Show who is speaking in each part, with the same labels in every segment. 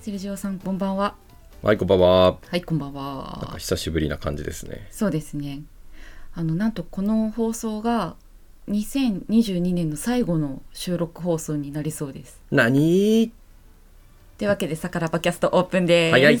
Speaker 1: セルジオさんこんばんは
Speaker 2: はい、こんばんは。
Speaker 1: はいこんばん
Speaker 2: なんか
Speaker 1: は
Speaker 2: 久しぶりな感じですね。
Speaker 1: そうですねあのなんとこの放送が2022年の最後の収録放送になりそうです
Speaker 2: 何
Speaker 1: というわけでさからばキャストオープンです
Speaker 2: 早い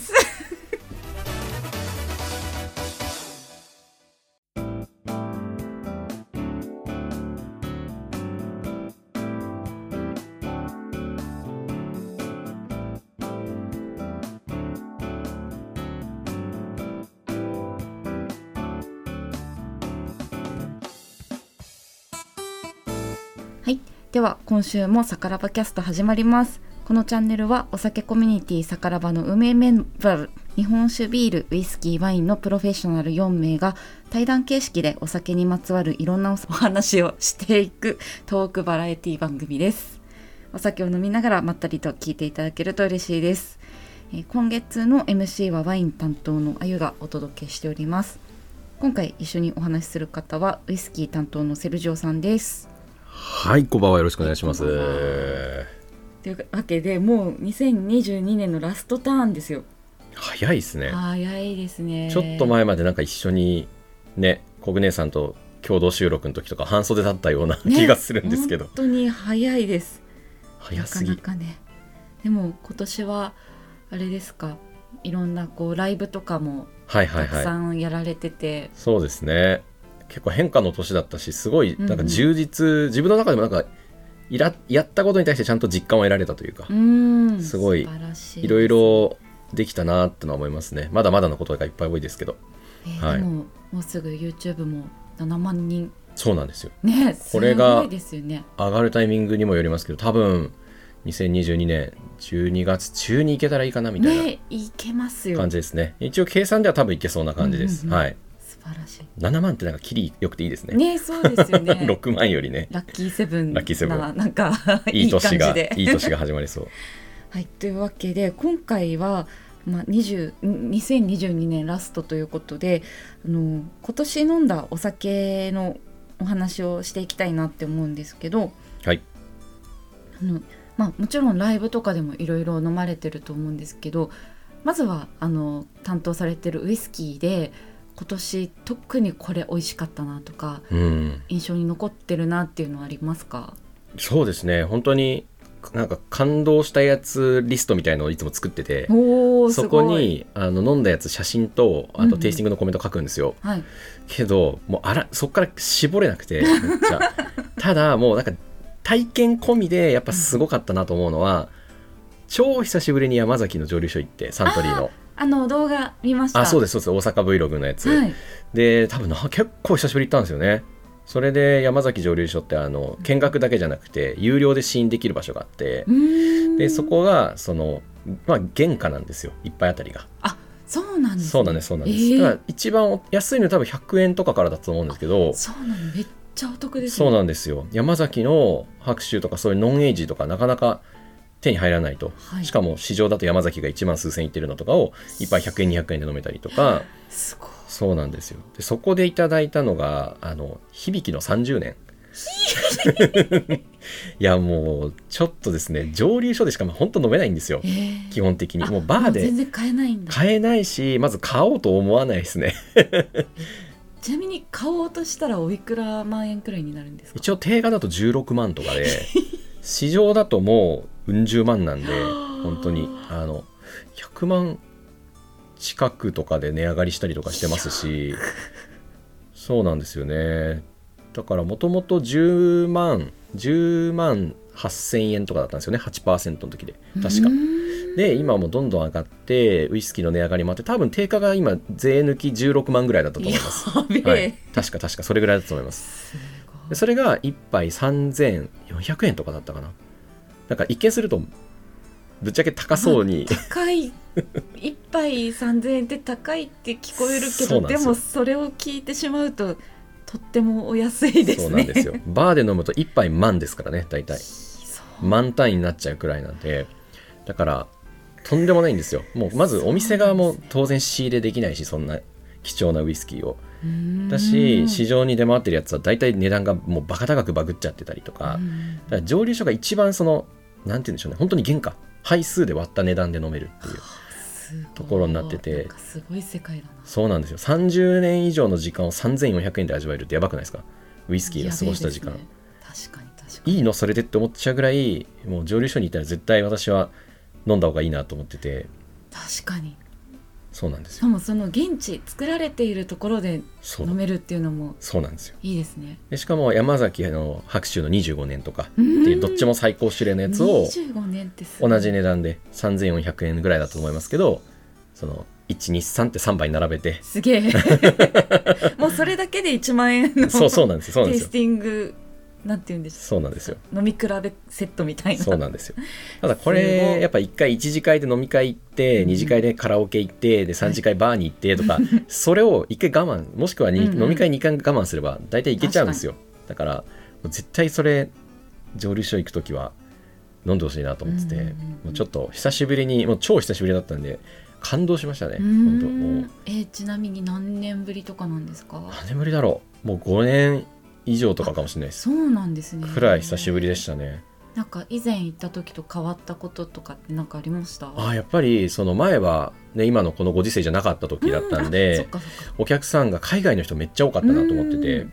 Speaker 1: はい、では今週もさからばキャスト始まります。このチャンネルはお酒コミュニティさからばの運営メンバー日本酒ビールウイスキーワインのプロフェッショナル4名が対談形式でお酒にまつわるいろんなお話をしていくトークバラエティ番組です。お酒を飲みながらまったりと聞いていただけると嬉しいです。えー今月の MC はワイン担当のあゆがお届けしております。今回一緒にお話しする方はウイスキー担当のセルジオさんです。
Speaker 2: はい、こんばんは。よろしくお願いします。
Speaker 1: こんばんというわけでもう2022年のラストターンですよ
Speaker 2: 早いですね。
Speaker 1: 早いですね
Speaker 2: ちょっと前までなんか一緒に、ね、コグ姉さんと共同収録の時とか半袖だったような
Speaker 1: ね
Speaker 2: 気がするんですけど
Speaker 1: 本。当に早いです
Speaker 2: 早すぎ。
Speaker 1: なかなかねでも今年はあれですかいろんなこうライブとかも
Speaker 2: はいは
Speaker 1: た
Speaker 2: い
Speaker 1: く
Speaker 2: はい。
Speaker 1: さんやられてて、
Speaker 2: そうですね。結構変化の年だったし、すごいなんか充実、自分の中でもなんか、いらやったことに対してちゃんと実感を得られたというか
Speaker 1: う、ーん
Speaker 2: すごい
Speaker 1: 素晴らしいです
Speaker 2: いろいろできたなってのは思いますね。まだまだのことがいっぱい多いですけど。
Speaker 1: えー
Speaker 2: はい
Speaker 1: でももうすぐ YouTube も7万人
Speaker 2: そうなんですよ。
Speaker 1: ねす
Speaker 2: こ
Speaker 1: ご
Speaker 2: れが
Speaker 1: いですよね
Speaker 2: 上がるタイミングにもよりますけど多分2022年12月中に行けたらいいかなみたい
Speaker 1: ねいけます
Speaker 2: な
Speaker 1: よ
Speaker 2: 感じですね一応計算では多分いけそうな感じです、
Speaker 1: うんうんうん
Speaker 2: はい
Speaker 1: 素晴らし
Speaker 2: 7万ってなんかキリ良くていいです
Speaker 1: い
Speaker 2: ね
Speaker 1: ねそうですよね
Speaker 2: 6万よ りね
Speaker 1: ラッキーセブンな
Speaker 2: ラッキーセブン
Speaker 1: なんかい
Speaker 2: いい
Speaker 1: い感じ
Speaker 2: 年がい
Speaker 1: で
Speaker 2: い年が始まりそう
Speaker 1: はい、というわけで今回は、まあ、20 2022年ラストということであの今年飲んだお酒のお話をしていきたいなって思うんですけど
Speaker 2: はい
Speaker 1: あの、まあ、もちろんライブとかでもいろいろ飲まれてると思うんですけどまずはあの担当されてるウイスキーで今年特にこれ美味しかったなとか
Speaker 2: うん
Speaker 1: 印象に残ってるなっていうのはありますか
Speaker 2: そうですね本当になんか感動したやつリストみたいのをいつも作ってて
Speaker 1: おーすごい
Speaker 2: そこにあの飲んだやつ写真とあ
Speaker 1: うんう
Speaker 2: と
Speaker 1: ん
Speaker 2: テイスティングのコメント書くんですよ、
Speaker 1: はい、
Speaker 2: けどもうあらそこから絞れなくてめっ ちゃただもうなんか体験込みでやっぱすごかったなと思うのは、超久しぶりに山崎の蒸留所行ってサントリーの
Speaker 1: あの動画見まし
Speaker 2: あ
Speaker 1: た。
Speaker 2: そうですそうです大阪 Vlog のやつ、
Speaker 1: はい。
Speaker 2: で多分な結構久しぶりに行ったんですよねそれで山崎蒸留所ってあの見学だけじゃなくて有料で試飲できる場所があって
Speaker 1: うーん
Speaker 2: でそ。こがそのまあ原価なんですよ一杯あたりが
Speaker 1: そうなんです、ね。
Speaker 2: そうなんですそうなんです、
Speaker 1: えー
Speaker 2: だから一番安いの多分100円とかからだと思うんですけど
Speaker 1: そうなの。めっちゃお得です、ね。
Speaker 2: そうなんですよ山崎の白州とかそういうノンエイジとかなかなか手に入らないと、
Speaker 1: はい
Speaker 2: しかも市場だと山崎が1万数千いってるのとかをいっぱい100円200円で飲めたりとか
Speaker 1: すごい。
Speaker 2: そうなんですよでそこでいただいたのがあの響の30年 いやもうちょっとですね蒸留所でしかまあ本当飲めないんですよ
Speaker 1: えー
Speaker 2: 基本的に
Speaker 1: あ
Speaker 2: もうバー
Speaker 1: も
Speaker 2: で
Speaker 1: 全然買えないんだ。
Speaker 2: 買えないしまず買おうと思わないですね
Speaker 1: ちなみに買おうとしたらおいくら万円くらいになるんですか。
Speaker 2: 一応定価だと16万とか で市場だともううん十万なんで本当にあの100万近くとかで値上がりしたりとかしてま すしそうなんですよねだからもともと10万10万8000円とかだったんですよね8%の時で確か
Speaker 1: うーん
Speaker 2: で今もどんどん上がってウイスキーの値上がりもあって多分定価が今税抜き16万ぐらいだったと思います
Speaker 1: やべえ、
Speaker 2: はい、確か確かそれぐらいだと思います
Speaker 1: すご
Speaker 2: で
Speaker 1: い。
Speaker 2: それが1杯3400円とかだったかななんか一見するとぶっちゃけ高そうに、
Speaker 1: 高い。一杯三千円って高いって聞こえるけ
Speaker 2: そ
Speaker 1: ど、
Speaker 2: うなん
Speaker 1: で
Speaker 2: ですよ
Speaker 1: もそれを聞いてしまうと。とってもお安いですね。
Speaker 2: そうなんですよバーで飲むと1杯満ですからね大体
Speaker 1: そう。
Speaker 2: 満単位になっちゃうくらいなんでだからとんでもないんですよもうまずお店側も当然仕入れできないしそんな貴重なウイスキーを
Speaker 1: うーん
Speaker 2: だし市場に出回ってるやつは大体値段がもうバカ高くバグっちゃってたりとか
Speaker 1: うん
Speaker 2: だから蒸留所が一番そのなんて言うんでしょうね本当に原価杯数で割った値段で飲めるっていう
Speaker 1: すごい
Speaker 2: ところになってて
Speaker 1: なんかすごい世界だな
Speaker 2: そうなんですよ30年以上の時間を3400円で味わえるってやばくないですかウイスキーが過ごした時間
Speaker 1: やべえですね確かに確かに
Speaker 2: いいのそれでって思っちゃうぐらいもう蒸留所にいたら絶対私は飲んだ方がいいなと思ってて
Speaker 1: 確かに
Speaker 2: そうなんで
Speaker 1: し
Speaker 2: すよ
Speaker 1: かもその現地作られているところで
Speaker 2: そ
Speaker 1: 飲
Speaker 2: う
Speaker 1: めるっていうのも
Speaker 2: そうなんですよ
Speaker 1: いいですね
Speaker 2: でしかも山崎の白州の25年とかって
Speaker 1: うん
Speaker 2: いうどっちも最高種類のやつを
Speaker 1: 25年ってすごい
Speaker 2: 同じ値段で3400円ぐらいだと思いますけどその123って3杯並 べて
Speaker 1: す げえもうそれだけで1万円の
Speaker 2: そうそうなんですよそうなん
Speaker 1: テ
Speaker 2: で
Speaker 1: イ
Speaker 2: す
Speaker 1: ス
Speaker 2: よ
Speaker 1: ティングなんて言うんでしょ
Speaker 2: そうなんですよ
Speaker 1: う飲み比べセットみたいな
Speaker 2: そうなんですよただこ
Speaker 1: すご
Speaker 2: れ
Speaker 1: い
Speaker 2: やっぱ1回1次会で飲み会行って
Speaker 1: うん
Speaker 2: 2次会でカラオケ行ってで3次会バーに行って とかそれを1回我慢もしくはに
Speaker 1: うんうん
Speaker 2: 飲み会2回我慢すれば大体行けちゃうんですよだからもう絶対それ蒸留所行く時は飲んでほしいなと思ってて
Speaker 1: うんうんうん
Speaker 2: もうちょっと久しぶりにもう超久しぶりだったんで感動しましたね
Speaker 1: うー
Speaker 2: 本当
Speaker 1: ん
Speaker 2: もう
Speaker 1: えーちなみに何年ぶりとかなんですか
Speaker 2: 何年ぶりだろうもう5年以上とかかもしれないです
Speaker 1: そうなんですね
Speaker 2: くらい久しぶりでしたたね
Speaker 1: なんか以前行った時と変わったこととかって何かありました
Speaker 2: あーやっぱりその前は、ね、今のこのご時世じゃなかった時だったん
Speaker 1: うあそ
Speaker 2: で
Speaker 1: っ、かそっか
Speaker 2: お客さんが海外の人めっちゃ多かったなと思ってて、
Speaker 1: うん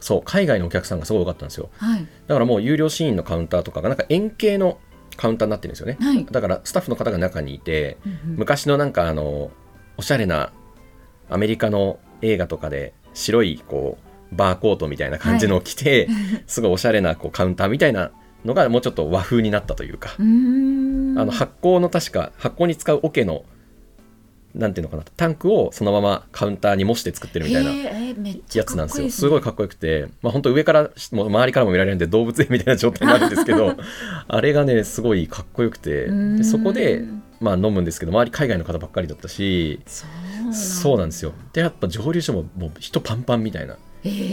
Speaker 2: そう海外のお客さんがすごい多かったんですよ
Speaker 1: はい
Speaker 2: だからもう有料シーンのカウンターとかがなんか円形のカウンターになってるんですよね
Speaker 1: はい、
Speaker 2: だからスタッフの方が中にいて
Speaker 1: うんうん
Speaker 2: 昔のなんかあのおしゃれなアメリカの映画とかで白いこうバーコートみたいな感じのを着て、すごいおしゃれなこうカウンターみたいなのがもうちょっと和風になったというか
Speaker 1: うーん
Speaker 2: あの発酵の確か発酵に使う桶のなんていうのかなタンクをそのままカウンターに模して作ってるみたいな
Speaker 1: へーえーめっちゃ
Speaker 2: や
Speaker 1: か
Speaker 2: つ
Speaker 1: っ
Speaker 2: なんです
Speaker 1: こいい
Speaker 2: よ
Speaker 1: です
Speaker 2: ごい
Speaker 1: かっ
Speaker 2: かっこよくて、まあ本当上からもう周りからも見られるんで動物園みたいな状態になるんです けどあれがねすごいかっこよくてでそこで、まあ、飲むんですけど周り海外の方ばっかりだったし
Speaker 1: そう
Speaker 2: そうなんですよでやっぱ蒸留所ももう人パンパンみたいな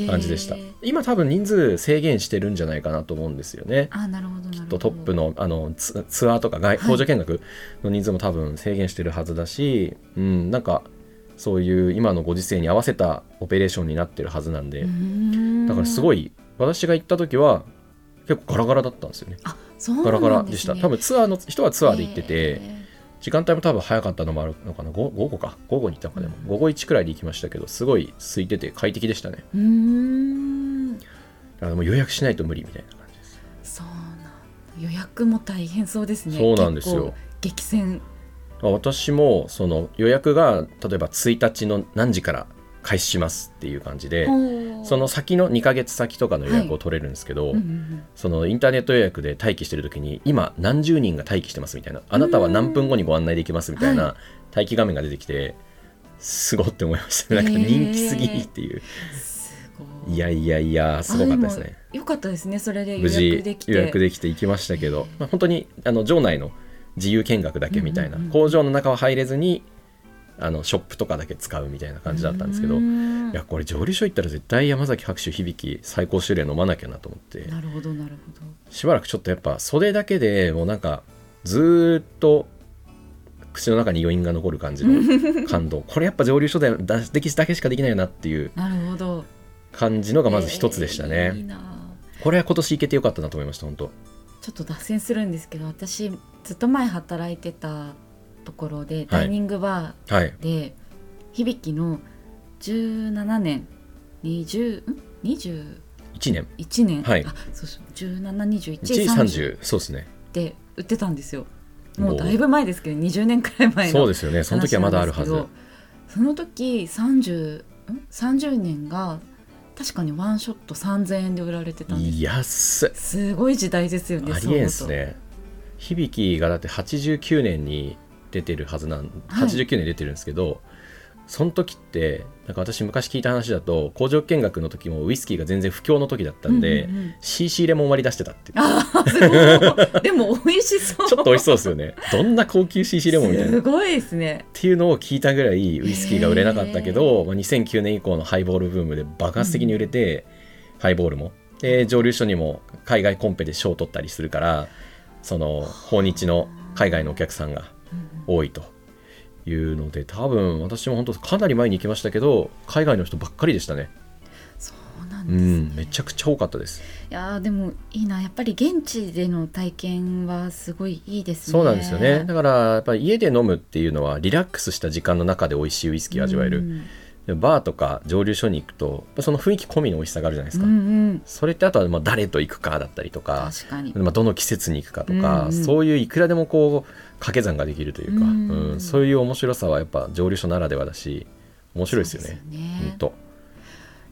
Speaker 2: 感じでした、
Speaker 1: へー
Speaker 2: 今多分人数制限してるんじゃないかなと思うんですよね
Speaker 1: あなるほどなるほど
Speaker 2: とトップのあのツツアーとか外
Speaker 1: はい
Speaker 2: 工場見学の人数も多分制限してるはずだし、うん、なんかそういう今のご時世に合わせたオペレーションになってるはずなんで、だからすご
Speaker 1: い
Speaker 2: い私が行った時は結構ガラガラだったんですよね
Speaker 1: あそう
Speaker 2: ガラガ
Speaker 1: な
Speaker 2: ラ
Speaker 1: んすね
Speaker 2: でした多分ツアーの人はツアーで行ってて、
Speaker 1: へ
Speaker 2: 時間帯も多分早かったのもあるのかなご午後か午後に行ったのかでも
Speaker 1: うん
Speaker 2: 午後1くらいで行きましたけどすごい空いてて快適でしたね
Speaker 1: ーうーん
Speaker 2: だからもう予約しないと無理みたいな感じです
Speaker 1: そうなんだ予約も大変そうですね
Speaker 2: そうなんですよ
Speaker 1: 結構激戦
Speaker 2: まあ私もその予約が例えば1日の何時から開始しますっていう感じでその先の2ヶ月先とかの予約を取れるんですけど、
Speaker 1: うんうんうん
Speaker 2: そのインターネット予約で待機してる時に今何十人が待機してますみたいなあなたは何分後にご案内できますみたい
Speaker 1: は
Speaker 2: な待機画面が出てきてすごって思いましたねなんか
Speaker 1: へー
Speaker 2: 人気すぎっていう
Speaker 1: すごい
Speaker 2: いやいやいやすごかったですね
Speaker 1: あもよかったですねそれで予
Speaker 2: 無事
Speaker 1: 約できて
Speaker 2: 予約できて行きましたけど、まあ、本当にあの場内の自由見学だけみたいな、
Speaker 1: うんうんうん
Speaker 2: 工場の中は入れずにあのショップとかだけ使うみたいな感じだったんですけど、
Speaker 1: うー
Speaker 2: い
Speaker 1: ん
Speaker 2: やこれ蒸留所行ったら絶対山崎白秋響最高種類飲まなきゃなと思って
Speaker 1: なるほどなるほど
Speaker 2: しばらくちょっとやっぱ袖だけでもうなんかずーっと口の中に余韻が残る感 じの感動これやっぱ蒸留所でだできだけしかできないよなっていう
Speaker 1: なるほど
Speaker 2: 感じのがまず一つでした
Speaker 1: え
Speaker 2: ね
Speaker 1: ー、いいな
Speaker 2: これは今年行けてよかったなと思いました本当
Speaker 1: ちょっと脱線するんですけど私ずっと前働いてたところでダイニングバ
Speaker 2: はい
Speaker 1: ーで、響きの17年20ん21
Speaker 2: 1年
Speaker 1: 年、
Speaker 2: はい
Speaker 1: あそうそう1721
Speaker 2: 1位
Speaker 1: 30
Speaker 2: 30そうですね
Speaker 1: って売ってたんですよもうだいぶ前ですけど20年くらい前の
Speaker 2: そうですよねその時はまだあるはず
Speaker 1: 話なんですけどその時 30, ん30年が確かにワンショット3000円で売られてたんです
Speaker 2: 安っ
Speaker 1: すごい時代ですよね
Speaker 2: ありえんっすね響きがだって89年に出てるはずなん
Speaker 1: はい
Speaker 2: 89年に出てるんですけど、その時ってなんか私昔聞いた話だと工場見学の時もウイスキーが全然不況の時だった
Speaker 1: そう思う
Speaker 2: ん
Speaker 1: と
Speaker 2: で、
Speaker 1: ううう
Speaker 2: CC レモン割り出してたってち
Speaker 1: あーすごいでも美味しそう
Speaker 2: ょっと美味しそうですよねどんな高級 CC レモンみたいな
Speaker 1: す
Speaker 2: っ
Speaker 1: ごいですね
Speaker 2: ていうのを聞いたぐらいウイスキーが売れなかったけ
Speaker 1: へ
Speaker 2: ど、まあ、2009年以降のハイボールブームで爆発的に売れて、ハイボールもで蒸留所にも海外コンペで賞を取ったりするからその訪日の海外のお客さんが多いというので多分私も本当かなり前に行きましたけど海外の人ばっかりでしたね
Speaker 1: そうなんなん
Speaker 2: う
Speaker 1: ですね、
Speaker 2: ん、めちゃくちゃ多かったです。
Speaker 1: いやーでもいいなやっぱり現地での体験はすごいいいですね
Speaker 2: そうなんですよね。だから、やっぱり家で飲むっていうのは、リラックスした時間の中で美味しいウイスキーを味わえ
Speaker 1: う
Speaker 2: る。
Speaker 1: ん
Speaker 2: でバーとか蒸留所に行くと、その雰囲気込みの美味しさがあるじゃないですか。
Speaker 1: うんうん
Speaker 2: それってあとは、まあ、誰と行くかだったりとか、
Speaker 1: 確かに
Speaker 2: まあ、どの季節に行くかと
Speaker 1: う
Speaker 2: か、
Speaker 1: んうん
Speaker 2: そういういくらでもこう掛け算ができるというか、
Speaker 1: うん
Speaker 2: うんそういう面白さはやっぱ蒸留所ならではだし面白いですよ
Speaker 1: そう
Speaker 2: ね。
Speaker 1: ね
Speaker 2: 本当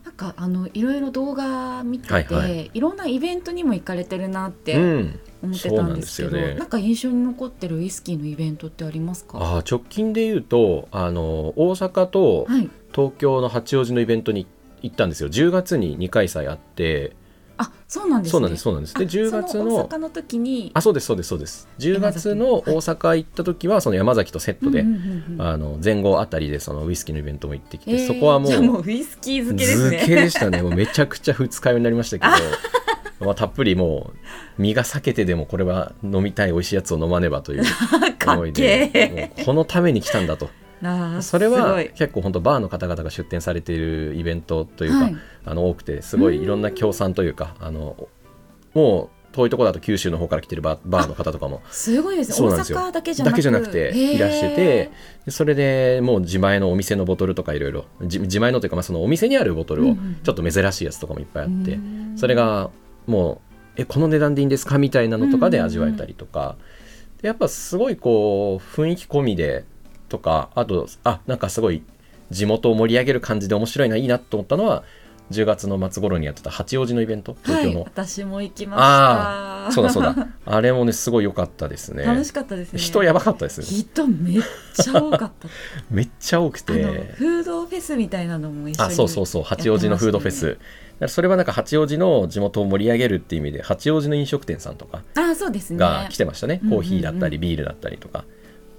Speaker 1: なんかあのいろいろ動画見てて、
Speaker 2: はい
Speaker 1: い
Speaker 2: は
Speaker 1: ろんなイベントにも行かれてるなっ
Speaker 2: う
Speaker 1: て
Speaker 2: ん、
Speaker 1: 思ってたんですけど、
Speaker 2: そうなんですよ
Speaker 1: な
Speaker 2: ね
Speaker 1: んか印象に残ってるウイスキーのイベントってありますか
Speaker 2: あー直近で言うとあの大阪と
Speaker 1: はい
Speaker 2: 東京の八王子のイベントに行ったんですよ10月に2開催あって
Speaker 1: あそうなんですね
Speaker 2: そうなんですそうなんですで
Speaker 1: あ
Speaker 2: 10月
Speaker 1: そ
Speaker 2: の
Speaker 1: の大阪の時に
Speaker 2: あそうですそうですそうです10月の大阪行った時はその山崎とセットで、
Speaker 1: うんうんうんうん
Speaker 2: あの前後あたりでそのウイスキーのイベントも行ってきて、
Speaker 1: えー
Speaker 2: そこはも
Speaker 1: じゃあ
Speaker 2: う
Speaker 1: もうウイスキー漬けですね
Speaker 2: 漬けでしたねもうめちゃくちゃ二日酔いになりましたけどまあたっぷりもう身が裂けてでもこれは飲みたい美味しいやつを飲まねばという
Speaker 1: か
Speaker 2: 思い
Speaker 1: っ
Speaker 2: で
Speaker 1: けえ
Speaker 2: もうこのために来たんだと
Speaker 1: あー
Speaker 2: それ
Speaker 1: す
Speaker 2: は
Speaker 1: ごい
Speaker 2: 結構本当バーの方々が出店されているイベントというか、
Speaker 1: はい
Speaker 2: あの多くてすごいいろんな協賛というかあのもう遠いところだと九州の方から来てるバーバーの方とかも
Speaker 1: すごいです
Speaker 2: そう
Speaker 1: ね大
Speaker 2: なんですよ
Speaker 1: 阪だけじゃな
Speaker 2: だ
Speaker 1: く
Speaker 2: けじゃなくていらしててでそれでもう自前のお店のボトルとかいろいろじ自前のというか、まあ、そのお店にあるボトル
Speaker 1: う
Speaker 2: を
Speaker 1: んうん
Speaker 2: ちょっと珍しいやつとかもいっぱいあって、
Speaker 1: うん
Speaker 2: それがもうえこの値段でいいんですかみたいなのとかで
Speaker 1: うんうんうん
Speaker 2: 味わえたりとか、でやっぱすごいこう雰囲気込みでとかあとあなんかすごい地元を盛り上げる感じで面白いないいなと思ったのは10月の末頃にやってた八王子のイベント東京
Speaker 1: は
Speaker 2: の、
Speaker 1: い、私も行きま
Speaker 2: あ
Speaker 1: した
Speaker 2: あそうだそうだあれもねすごい良かったですね
Speaker 1: 楽しかったですね
Speaker 2: 人やばかったですね
Speaker 1: 人めっちゃ多かった
Speaker 2: めっちゃ多く
Speaker 1: あの
Speaker 2: て
Speaker 1: フードフェスみたいなのも一緒
Speaker 2: あ
Speaker 1: に
Speaker 2: そうそうそう八王子のフードフェス、
Speaker 1: や
Speaker 2: だからそれはなんか八王子の地元を盛り上げるっていう意味で八王子の飲食店さんとか
Speaker 1: あそうですね
Speaker 2: が来てましたね
Speaker 1: うんうん
Speaker 2: コ
Speaker 1: うん
Speaker 2: ーヒーだったりビールだったりとか、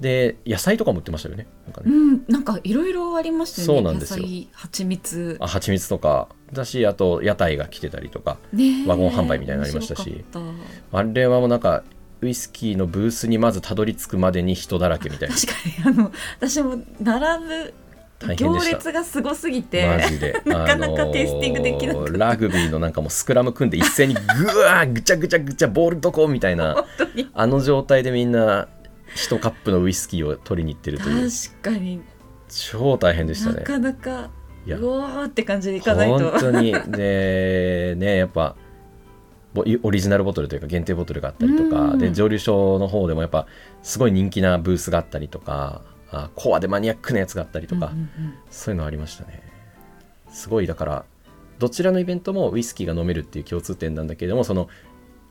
Speaker 2: で野菜とかも売ってましたよねなんか
Speaker 1: う
Speaker 2: ね
Speaker 1: んなんかいろいろありましたよね
Speaker 2: そうなんですよ
Speaker 1: 野菜蜂蜜
Speaker 2: あ蜂蜜とかだしあと屋台が来てたりとか
Speaker 1: ねえ
Speaker 2: ワゴン販売みたいなのありましたし
Speaker 1: 面白かっ
Speaker 2: あれはもうなんかウイスキーのブースにまずたどり着くまでに人だらけみた いな
Speaker 1: た確かにあの私も並ぶ
Speaker 2: 大変
Speaker 1: 行
Speaker 2: でした
Speaker 1: 列がすごすぎて
Speaker 2: マジで
Speaker 1: なかなかテイスティングできなかった
Speaker 2: あのーラグビーのなんかもうスクラム組んで一斉にぐわーぐちゃぐちゃぐちゃボールどこみたいな
Speaker 1: 本当に
Speaker 2: あの状態でみんな1カップのウイスキーを取りに行ってるという
Speaker 1: 確かに
Speaker 2: 超大変でした
Speaker 1: な
Speaker 2: ね
Speaker 1: かなか
Speaker 2: いうや
Speaker 1: わーって感じでいかないと
Speaker 2: 本当にでねやっぱぼオリジナルボトルというか限定ボトルがあったりとか、
Speaker 1: うん
Speaker 2: で蒸留所の方でもやっぱすごい人気なブースがあったりとかあコアでマニアックなやつがあったりとか、
Speaker 1: うんうんうん
Speaker 2: そういうのありましたねすごいだからどちらのイベントもウイスキーが飲めるっていう共通点なんだけれどもその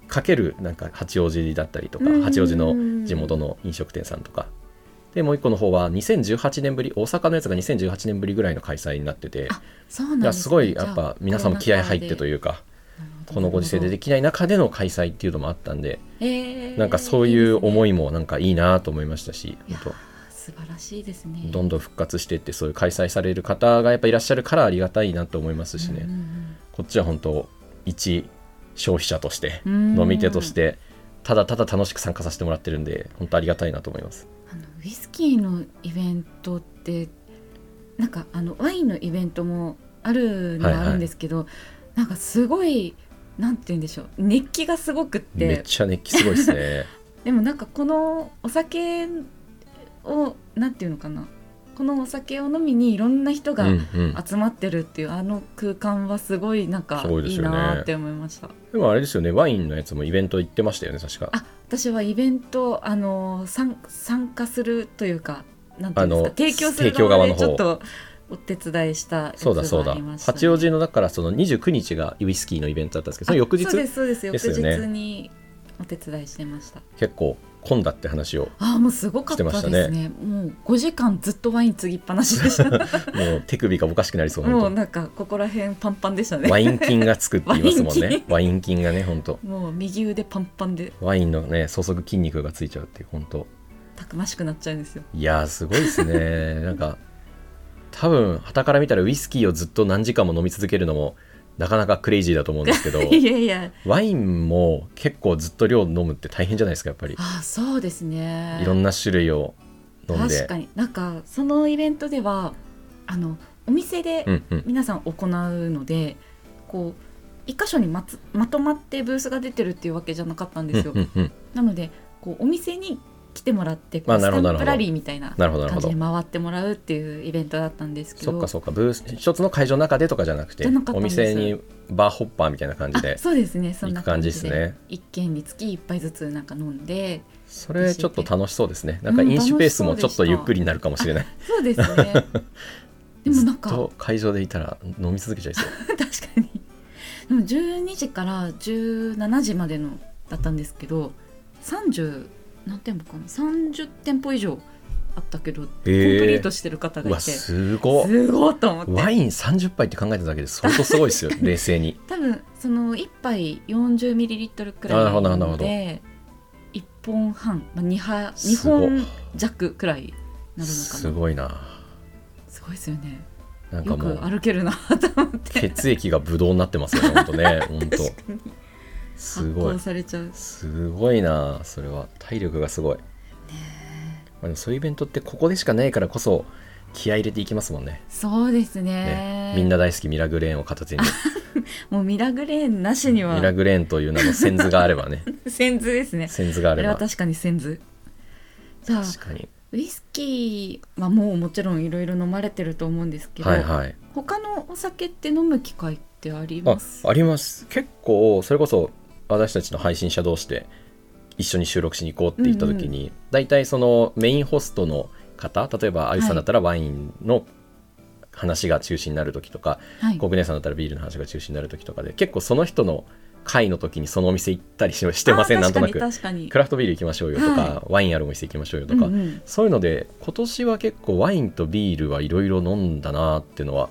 Speaker 2: かけるなんか八王子だったりとか
Speaker 1: うん
Speaker 2: 八王子の地元の飲食店さんとかでもう一個の方は2018年ぶり大阪のやつが2018年ぶりぐらいの開催になってて
Speaker 1: あそうなん
Speaker 2: い
Speaker 1: で
Speaker 2: や
Speaker 1: すね
Speaker 2: すごいやっ
Speaker 1: じゃあ
Speaker 2: ぱ皆さんも気合入ってと
Speaker 1: う
Speaker 2: いうか
Speaker 1: な
Speaker 2: このご時世でできない中での開催っていうのもあったんで
Speaker 1: えー
Speaker 2: なんかそういう思
Speaker 1: い
Speaker 2: いもなんかいいなと思いましたし
Speaker 1: いやです
Speaker 2: 本
Speaker 1: ね素晴らしいですね
Speaker 2: 当どんどん復活していってそういう開催される方がやっぱいらっしゃるからありがたいなと思いますし
Speaker 1: うんう
Speaker 2: ね
Speaker 1: ん
Speaker 2: こっちは本当一消費者として
Speaker 1: うん
Speaker 2: 飲み手としてただただ楽しく参加させてもらってるんで本当ありがたいなと思います。
Speaker 1: うんあのウイスキーのイベントってなんかあのワインのイベントもあるのはあるんですけど、なんかすごいなんて言うんでしょう熱気がすごくっ
Speaker 2: めってちゃ熱気すごいで すね。
Speaker 1: でもなんかこのお酒をなんていうのかなこのお酒を飲みにいろんな人
Speaker 2: うん
Speaker 1: が
Speaker 2: うん、
Speaker 1: 集まってるっていう、あの空間はすごいなんか
Speaker 2: すごいで
Speaker 1: い
Speaker 2: す
Speaker 1: い
Speaker 2: よね
Speaker 1: なーって思いました
Speaker 2: でもあれですよねワインのやつもイベント行ってましたよね確か。
Speaker 1: あ私はイベントあの参参加するというかなんていうんです
Speaker 2: あ
Speaker 1: か
Speaker 2: の
Speaker 1: 提供す
Speaker 2: 提
Speaker 1: る
Speaker 2: 供
Speaker 1: 側
Speaker 2: 側の
Speaker 1: で
Speaker 2: 方
Speaker 1: ちょっとお手伝いしたやつ
Speaker 2: そうだそう
Speaker 1: があ
Speaker 2: だ
Speaker 1: りました、ね、
Speaker 2: 八王子のだからその29日がウイスキーのイベントだったんですけどその翌日
Speaker 1: あそうですそうです
Speaker 2: ですよね
Speaker 1: 翌日にお手伝いしてました
Speaker 2: 結構混んだって話を
Speaker 1: あーもうすごかったで
Speaker 2: して
Speaker 1: す
Speaker 2: まし
Speaker 1: ね
Speaker 2: た
Speaker 1: もう5時間ずっとワイン継ぎっぱなしでした
Speaker 2: もう手首がおかしくなりそ う
Speaker 1: もう
Speaker 2: 本
Speaker 1: なんかここら辺パンパンでした
Speaker 2: 当
Speaker 1: ね
Speaker 2: ワイン菌がつくって言いますもん
Speaker 1: ワイン
Speaker 2: ねワイン菌がね本当
Speaker 1: もう右腕パンパンで
Speaker 2: ワインのね注ぐ筋肉がついちゃうっていう本当
Speaker 1: たくましくなっちゃうんですよ
Speaker 2: いやーすごいですね なんか多分傍から見たらウイスキーをずっと何時間も飲み続けるのもなかなかクレイジーだと思うんですけど
Speaker 1: い やいや
Speaker 2: ワインも結構ずっと量飲むって大変じゃないですかやっぱり
Speaker 1: ああそうですね
Speaker 2: いろんな種類を飲んで
Speaker 1: 確かになんかそのイベントではあのお店で
Speaker 2: うんうん
Speaker 1: 皆さん行うので、こう一箇所にまつまとまってブースが出てるっていうわけじゃなかったんですよ、
Speaker 2: うんうんうん
Speaker 1: なのでこうお店に来てもらってこ
Speaker 2: まあ
Speaker 1: う
Speaker 2: な
Speaker 1: ス
Speaker 2: るほ
Speaker 1: タ
Speaker 2: ど
Speaker 1: ンプラリーみたいな
Speaker 2: なるほどなる
Speaker 1: 感
Speaker 2: ほ
Speaker 1: じ
Speaker 2: ど
Speaker 1: で回ってもらうっていうイベントだったんですけ
Speaker 2: そっ
Speaker 1: ど
Speaker 2: かそっかブース一つの会場の中でとかじゃなくて
Speaker 1: じゃなかった
Speaker 2: お
Speaker 1: んですよ
Speaker 2: 店にバーホッパーみたいな感じで
Speaker 1: あそうですねそん
Speaker 2: 行
Speaker 1: な
Speaker 2: く感
Speaker 1: 感
Speaker 2: じ
Speaker 1: じ
Speaker 2: です
Speaker 1: で
Speaker 2: ね
Speaker 1: 一軒につき一杯ずつなんか飲ん で
Speaker 2: それちょっと楽しそうですねなんか
Speaker 1: うん
Speaker 2: 飲酒ペースも
Speaker 1: 楽し
Speaker 2: ち
Speaker 1: そ
Speaker 2: ょ
Speaker 1: うで
Speaker 2: っ
Speaker 1: した
Speaker 2: とゆっくりになるかもしれない
Speaker 1: そうですねでもなんか
Speaker 2: ずっと会場でいたら飲み続けちゃいそう
Speaker 1: 確かにでも12時から17時までのだったんですけど30何店舗かな30店舗以上あったけど、
Speaker 2: へー
Speaker 1: コンプリートしてる方がい
Speaker 2: う
Speaker 1: て
Speaker 2: わ
Speaker 1: す
Speaker 2: すごっ
Speaker 1: ごいと思って
Speaker 2: ワイン30杯って考えただけで相当すごい ですよ冷静に
Speaker 1: 多分その1杯 40ml くらい
Speaker 2: なるほ
Speaker 1: な
Speaker 2: どなる
Speaker 1: の
Speaker 2: ほど
Speaker 1: で1本半、まあ、2, は2
Speaker 2: すごい
Speaker 1: 本弱くらいなるのかな
Speaker 2: す
Speaker 1: すご
Speaker 2: ごいない
Speaker 1: ですよね
Speaker 2: なんか
Speaker 1: よ
Speaker 2: も
Speaker 1: く
Speaker 2: う
Speaker 1: 歩けるなと思って
Speaker 2: 血液がブドウになってますよね本当ね本
Speaker 1: 確
Speaker 2: 当
Speaker 1: かに
Speaker 2: す
Speaker 1: 発
Speaker 2: ごい
Speaker 1: 酵されちゃう
Speaker 2: すごいなそれは体力がすごい、まあ、でもそういうイベントってここでしかないからこそ気合い入れていきますもんね
Speaker 1: そうです
Speaker 2: ね
Speaker 1: ね
Speaker 2: みんな大好きミラグレーンを 片手に
Speaker 1: もうミラグレーンなしには
Speaker 2: ミラグレーンという名の先図があればね
Speaker 1: 先図です ね
Speaker 2: 先図があ
Speaker 1: あ
Speaker 2: れ
Speaker 1: れは
Speaker 2: ば
Speaker 1: 確かに先図じゃあ
Speaker 2: 確かに
Speaker 1: ウイスキーはもうもちろんいろいろ飲まれてると思うんですけど、
Speaker 2: はいはい
Speaker 1: 他のお酒って飲む機会ってあり
Speaker 2: あ
Speaker 1: ます
Speaker 2: あります結構それこそ私たちの配信者同士で一緒に収録しに行こうって言った時に、大体そのメインホストの方例えばあゆさんだったらワインの話が中心になる時とか、
Speaker 1: はい
Speaker 2: 国根さんだったらビールの話が中心になる時とかで結構その人の会の時にそのお店行ったりししてません
Speaker 1: あ
Speaker 2: なんとな
Speaker 1: 確
Speaker 2: く
Speaker 1: かに確かに
Speaker 2: クラフトビール行きましょうよとか、
Speaker 1: は
Speaker 2: ワインあるお店行きましょうよとか、
Speaker 1: うんうん
Speaker 2: そういうので今年は結構ワインとビールはいろいろ飲んだなっていうのは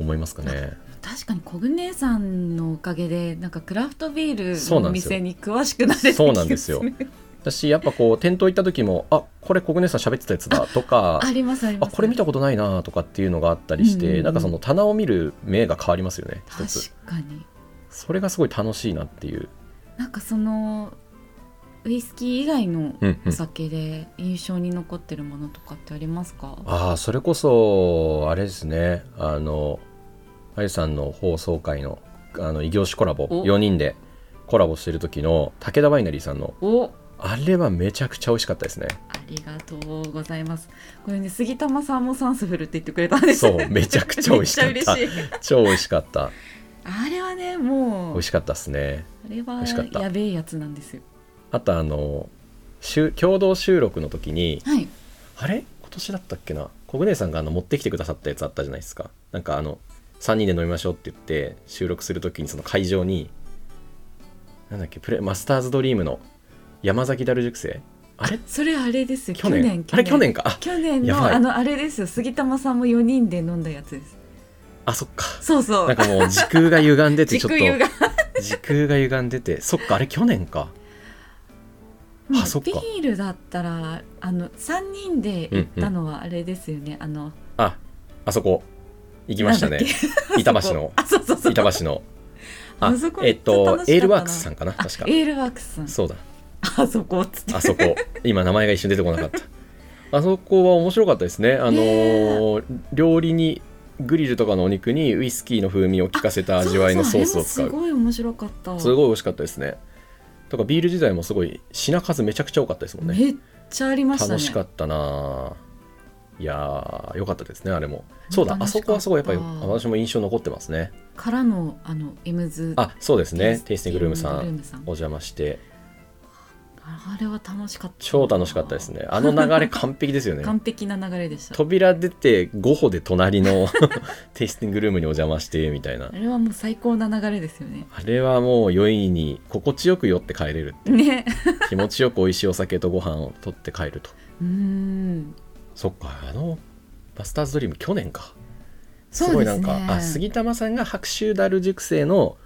Speaker 2: 思いますかね。
Speaker 1: 確かにコグネさんのおかげでなんかクラフトビー
Speaker 2: そう
Speaker 1: ル
Speaker 2: な
Speaker 1: の
Speaker 2: んですよ
Speaker 1: 店に詳しくなれて
Speaker 2: そうなんですよ
Speaker 1: 気がる
Speaker 2: 私やっぱこう店頭行った時もあこれ国根さん喋ってたやつだとか
Speaker 1: ありますあり
Speaker 2: あ
Speaker 1: ます
Speaker 2: これ見たことないなとかっていうのがあったりして、
Speaker 1: うんうんうん
Speaker 2: なんかその棚を見る目が変わりますよね一
Speaker 1: 確
Speaker 2: つ
Speaker 1: かに
Speaker 2: それがすごい楽しいなっていう、
Speaker 1: なんかそのウイスキー以外の
Speaker 2: うんう
Speaker 1: お
Speaker 2: ん、
Speaker 1: 酒で印象に残ってるものとかってありますか、
Speaker 2: ああそれこそあれですねあのあゆさんの放送会のあの異業種コラボ
Speaker 1: お
Speaker 2: 4人でコラボしてる時の武田ワイナリーさんの
Speaker 1: お
Speaker 2: あれはめちゃくちゃ美味しかった ですね
Speaker 1: ありがとうございますこれね杉玉さんもサンスフルって言ってくれたんです
Speaker 2: そうめちゃくちゃ美味しかった
Speaker 1: めちゃ嬉しい
Speaker 2: 超美味しかった
Speaker 1: あれはね
Speaker 2: 美
Speaker 1: もう
Speaker 2: 味しかったですね
Speaker 1: あれは
Speaker 2: 味しかった
Speaker 1: やべえやつなんですよ
Speaker 2: あとあの収共同収録の時に
Speaker 1: はい
Speaker 2: あれ今年だったっけな小舟さんがあの持ってきてくださったやつあったじゃないですかなんかあの3人で飲みましょうって言って収録する時にその会場になんだっけプレマスターズドリームの山崎ダル熟成あれ
Speaker 1: それあれですよ
Speaker 2: 去年あれ去年かあ
Speaker 1: 去年
Speaker 2: や
Speaker 1: の
Speaker 2: ばい
Speaker 1: あのあれですよ杉玉さんも4人で飲んだやつです
Speaker 2: あそっか
Speaker 1: そうそ
Speaker 2: なん
Speaker 1: う
Speaker 2: かも う時空が歪んでて
Speaker 1: 時
Speaker 2: ちょ
Speaker 1: 空
Speaker 2: っ
Speaker 1: が
Speaker 2: と時空が歪んでてそっかあれ去年かあそっか
Speaker 1: ビールだったらあの3人で行ったのはあれですよね、あの
Speaker 2: ああそこ行きましたね
Speaker 1: なんだ
Speaker 2: 板橋の
Speaker 1: あそうそうそう
Speaker 2: 板橋のあ
Speaker 1: あそこ
Speaker 2: えっ
Speaker 1: ちょっと
Speaker 2: と
Speaker 1: 楽しかったな
Speaker 2: エールワークスさんかな
Speaker 1: あ
Speaker 2: 確か
Speaker 1: エールワークスさん
Speaker 2: そうだ
Speaker 1: あそこっつって
Speaker 2: あそこ今名前が一瞬出てこなかったあそこは面白かったですねあのー料理にグリルとかのお肉にウイスキーの風味を効かせた味わいのソースを使
Speaker 1: そううそうあれもすごい面白かった
Speaker 2: すごい美味しかったですねとかビール自体もすごい品数めちゃくちゃ多かったですもんね
Speaker 1: めっちゃありましたね
Speaker 2: 楽しかったないやー良かったですねあれもそうだあ
Speaker 1: 楽しか
Speaker 2: そ
Speaker 1: った
Speaker 2: こはすごいやっぱり私も印象残ってますね
Speaker 1: からのあのエムズ
Speaker 2: あそうですねテイスティングルームさ
Speaker 1: テイ
Speaker 2: ん
Speaker 1: スティング
Speaker 2: お
Speaker 1: ルーム
Speaker 2: 邪魔して
Speaker 1: さんあれは楽しかった
Speaker 2: 超楽しかったですねあの流れ完璧ですよね
Speaker 1: 完璧な流れでした
Speaker 2: 扉出て5歩で隣の テイスティングルームにお邪魔してみたいな
Speaker 1: あれはもう最高な流れですよね
Speaker 2: あれはもう酔いに心地よく酔って帰れる
Speaker 1: ね
Speaker 2: 気持ちよく美味しいお酒とご飯を取って帰ると
Speaker 1: うーん
Speaker 2: そっかあのバスターズドリーム去年かす
Speaker 1: そ
Speaker 2: ご
Speaker 1: う
Speaker 2: い
Speaker 1: で
Speaker 2: な
Speaker 1: す
Speaker 2: ん
Speaker 1: ね
Speaker 2: か、あ杉玉さんが白州ダル熟成の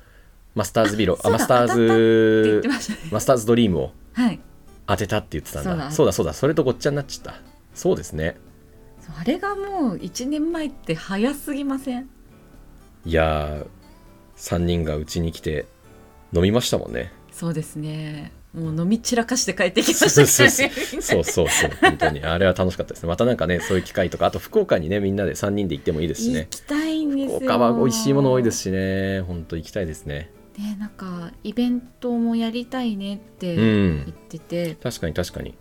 Speaker 2: マスターズビロ
Speaker 1: あ
Speaker 2: あマスター
Speaker 1: そうだって言っ
Speaker 2: ズ
Speaker 1: てましたね
Speaker 2: マスターズドリームを
Speaker 1: はい
Speaker 2: 当てたって言ってたんだ
Speaker 1: そ
Speaker 2: そう
Speaker 1: だ
Speaker 2: うだそうだそれとごっちゃになっちゃったそうですね
Speaker 1: そうあれがもう1年前って早すぎません
Speaker 2: いやー3人がうちに来て飲みましたもんね
Speaker 1: そうですねもう飲み散らかして帰ってきま
Speaker 2: そうそう
Speaker 1: した
Speaker 2: そう
Speaker 1: ね。
Speaker 2: そうそうそう本当にあれは楽しかったですねまたなんかねそういう機会とかあと福岡にねみんなで3人で行ってもいいですし
Speaker 1: 行
Speaker 2: ね
Speaker 1: きたいんですよ。
Speaker 2: 福岡は美味しいもの多いですしね本当行きたいですね
Speaker 1: ねなんかイベントもやりたいねっ
Speaker 2: う
Speaker 1: て言っ
Speaker 2: ん
Speaker 1: てて、
Speaker 2: 確かに確かに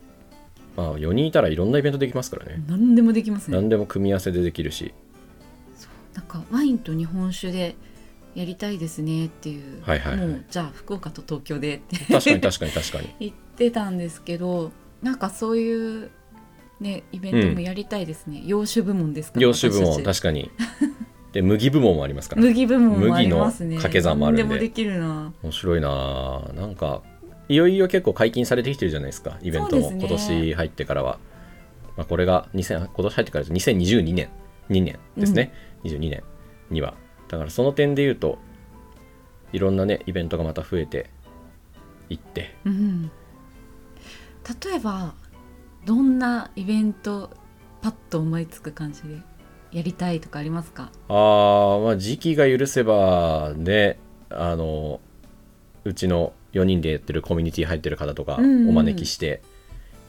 Speaker 2: まあ4人いたらいろんなイベントできますからね
Speaker 1: 何でもできますね
Speaker 2: 何でも組み合わせでできるし
Speaker 1: なんかワインと日本酒でやりたいですねっていう、
Speaker 2: はいはいはい
Speaker 1: もうじゃあ福岡と東京でって
Speaker 2: 確かに確かに確かに
Speaker 1: 言ってたんですけどなんかそういう、ね、イベントもやりたいですね、洋酒部門ですから
Speaker 2: 洋酒部
Speaker 1: 私
Speaker 2: 門
Speaker 1: たち
Speaker 2: 確かにで麦部門もありますから
Speaker 1: 麦部門もあります
Speaker 2: 麦
Speaker 1: ね
Speaker 2: の掛け算もあるんで
Speaker 1: 何でもできるな
Speaker 2: 面白いなあなんかいよいよ結構解禁されてきてるじゃないですかイベントも、
Speaker 1: そう
Speaker 2: 今
Speaker 1: ですね
Speaker 2: 年入ってからは、まあ、これが2000今年入ってからじゃ2022年2年ですね、22年にはだからその点で言うといろんなねイベントがまた増えていって
Speaker 1: うん例えばどんなイベントパッと思いつく感じでやりたいとかありますか
Speaker 2: あーまあ時期が許せばねあのうちの4人でやってるコミュニティ入ってる方とかお
Speaker 1: うんうん
Speaker 2: 招きして